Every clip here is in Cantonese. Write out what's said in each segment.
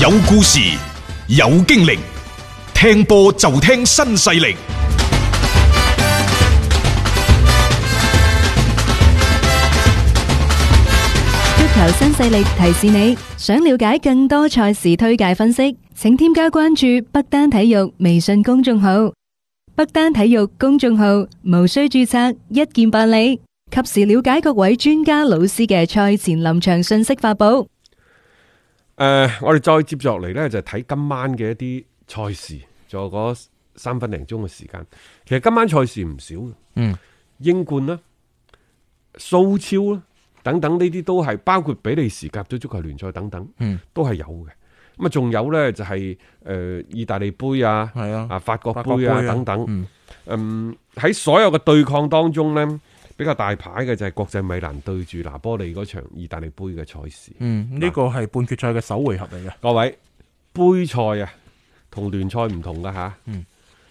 有故事，有經歷，聽波就聽新勢力。足球新勢力提示你，想了解更多賽事推介分析，請添加關注北單體育微信公眾號。北單體育公眾號無需注冊，一鍵辦理，及時了解各位專家老師嘅賽前臨場信息發布。誒、呃我哋再接住落嚟呢，就睇、今晚嘅一啲賽事，仲有嗰三分零鐘嘅時間。其實今晚賽事唔少嘅，嗯，英冠啦、蘇超啦等等呢啲都係包括比利時甲組足球聯賽等等，嗯，都係有嘅。咁啊，仲有呢，就係、誒、意大利杯啊，係啊啊法國法國杯杯啊啊等等。嗯嗯，喺所有嘅對抗當中呢，比較大牌嘅就係國際米蘭對住拿波利嗰場意大利杯嘅賽事。嗯，呢個係半決賽嘅首回合嚟嘅，各位，杯賽啊，同聯賽唔同噶吓，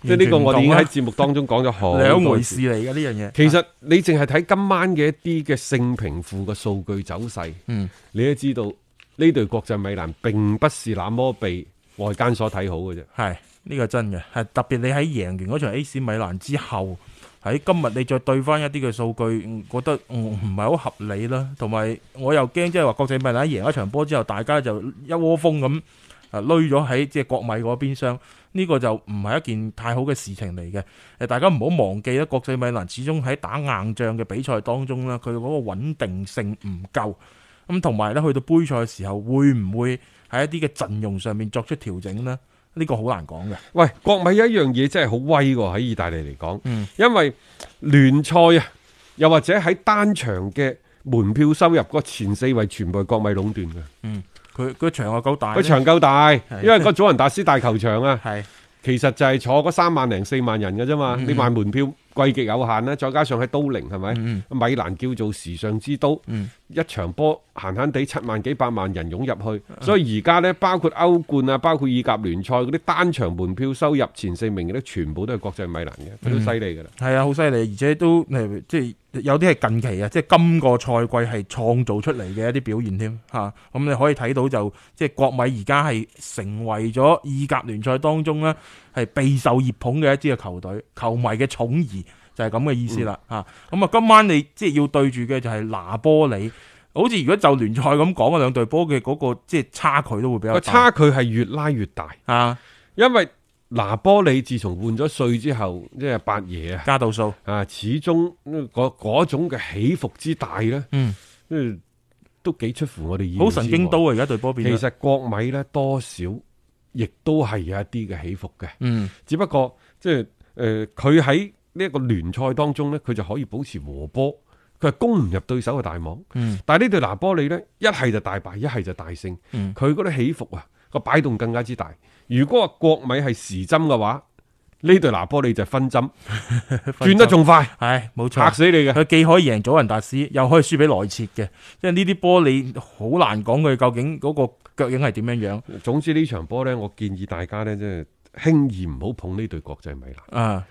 即係呢個嗯完全唔我哋已同經啦喺節目當中講咗好多次兩回事。嚟嘅呢樣嘢。其實你淨係睇今晚嘅一啲嘅勝平負嘅數據走勢，嗯你都知道呢隊國際米蘭並不是那麼被外間所睇好嘅啫。係呢個真嘅，係特別你喺贏完嗰場 AC 米蘭之後，喺今日你再對翻一啲嘅數據，嗯覺得嗯唔係好合理啦。同埋我又驚即係話國際米蘭贏一場波之後，大家就一窩蜂咁啊攏咗喺即係國米嗰邊廂，呢、個就唔係一件太好嘅事情嚟嘅。誒，大家唔好忘記啦，國際米蘭始終喺打硬仗嘅比賽當中啦，佢嗰個穩定性唔夠。咁同埋咧，去到杯賽嘅時候，會唔會喺一啲嘅陣容上面作出調整呢？呢、個好難講嘅。喂，國米有一樣嘢真係好威喎，喺意大利嚟講，嗯因為聯賽啊，又或者喺單場嘅門票收入嗰前四位全部係國米壟斷嘅。佢佢場又夠大呢，佢場夠大，係因為個祖雲達斯大球場啊，係其實就係坐嗰三萬零四萬人嘅啫嘛。你賣門票貴極有限啦，再加上喺都靈係咪？嗯米蘭叫做時尚之都，嗯一場波閒閒地七萬幾百萬人湧入去，啊所以而家呢，包括歐冠啊，包括意甲聯賽嗰啲單場門票收入前四名嘅咧，全部都係國際米蘭嘅，佢嗯都犀利㗎啦。係啊，好犀利，而且都誒即係有啲係近期啊，即係今個賽季係創造出嚟嘅一啲表現添嚇。咁、你可以睇到就即係國米而家係成為咗意甲聯賽當中呢，係備受熱捧嘅一支嘅球隊，球迷嘅寵兒就係咁嘅意思啦嚇。咁啊，今晚你即係要對住嘅就係拿波里。好似如果就聯賽咁講啊，兩隊波嘅嗰個即係差距都會比較個大差距係越拉越大，啊，因為拿波利自從換咗帥之後，即係八爺啊。加度數，啊，始終呢嗰嗰種嘅起伏之大呢，嗯，呢都幾出乎我哋意料好之外神經刀。啊！而家隊波變其咗實國米呢，多少亦都係有一啲嘅起伏嘅，嗯。只不過即係誒，佢喺呢一個聯賽當中呢，佢就可以保持和波，佢係攻唔入對手嘅大網。嗯但係呢對拿波利呢，一係就大敗，一係就大勝。嗯佢嗰啲起伏啊，個擺動更加之大。如果話國米係時針嘅話，呢對拿波利就係分針，轉得仲快，唉，冇嚇錯，死你嘅。佢既可以贏祖雲達斯，又可以輸俾內切嘅，即係呢啲波你好難講佢究竟嗰個腳影係點樣樣總之呢場波呢，我建議大家呢，即係輕易唔好碰呢隊國際米蘭啊？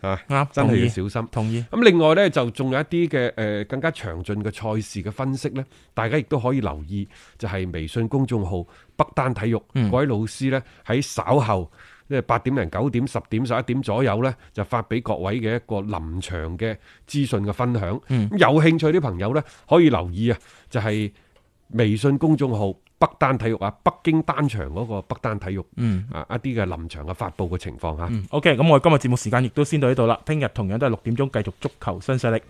啊，啱，真同係意要小心。同意，咁另外呢，就仲有一啲嘅誒更加詳盡嘅賽事嘅分析呢，大家亦都可以留意，就係、微信公眾號北單體育嗯各位老師呢，喺稍後即係八點零九點、十點、十一點左右呢，就發俾各位嘅一個臨場嘅資訊嘅分享。嗯咁有興趣啲朋友呢，可以留意啊，就係、微信公眾號北單體育啊，北京單場嗰個北單體育嗯啊，一啲嘅臨場嘅發布嘅情況嚇。嗯，OK，咁我哋今日節目時間亦都先到呢度啦，聽日同樣都係六點鐘繼續足球新勢力。